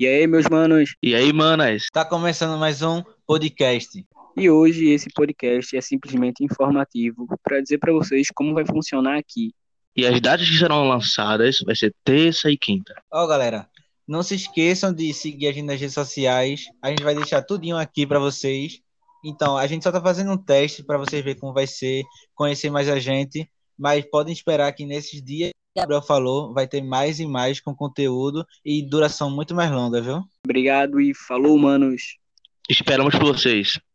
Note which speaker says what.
Speaker 1: E aí, meus manos?
Speaker 2: E aí, manas?
Speaker 3: Tá começando mais um podcast.
Speaker 1: E hoje esse podcast é simplesmente informativo para dizer para vocês como vai funcionar aqui.
Speaker 2: E as datas que serão lançadas vai ser terça e quinta.
Speaker 3: Ó, galera, não se esqueçam de seguir a gente nas redes sociais. A gente vai deixar tudinho aqui para vocês. Então, a gente só tá fazendo um teste para vocês verem como vai ser, conhecer mais a gente. Mas podem esperar que nesses dias que o Gabriel falou, vai ter mais e mais com conteúdo e duração muito mais longa, viu?
Speaker 1: Obrigado e falou, manos.
Speaker 2: Esperamos por vocês.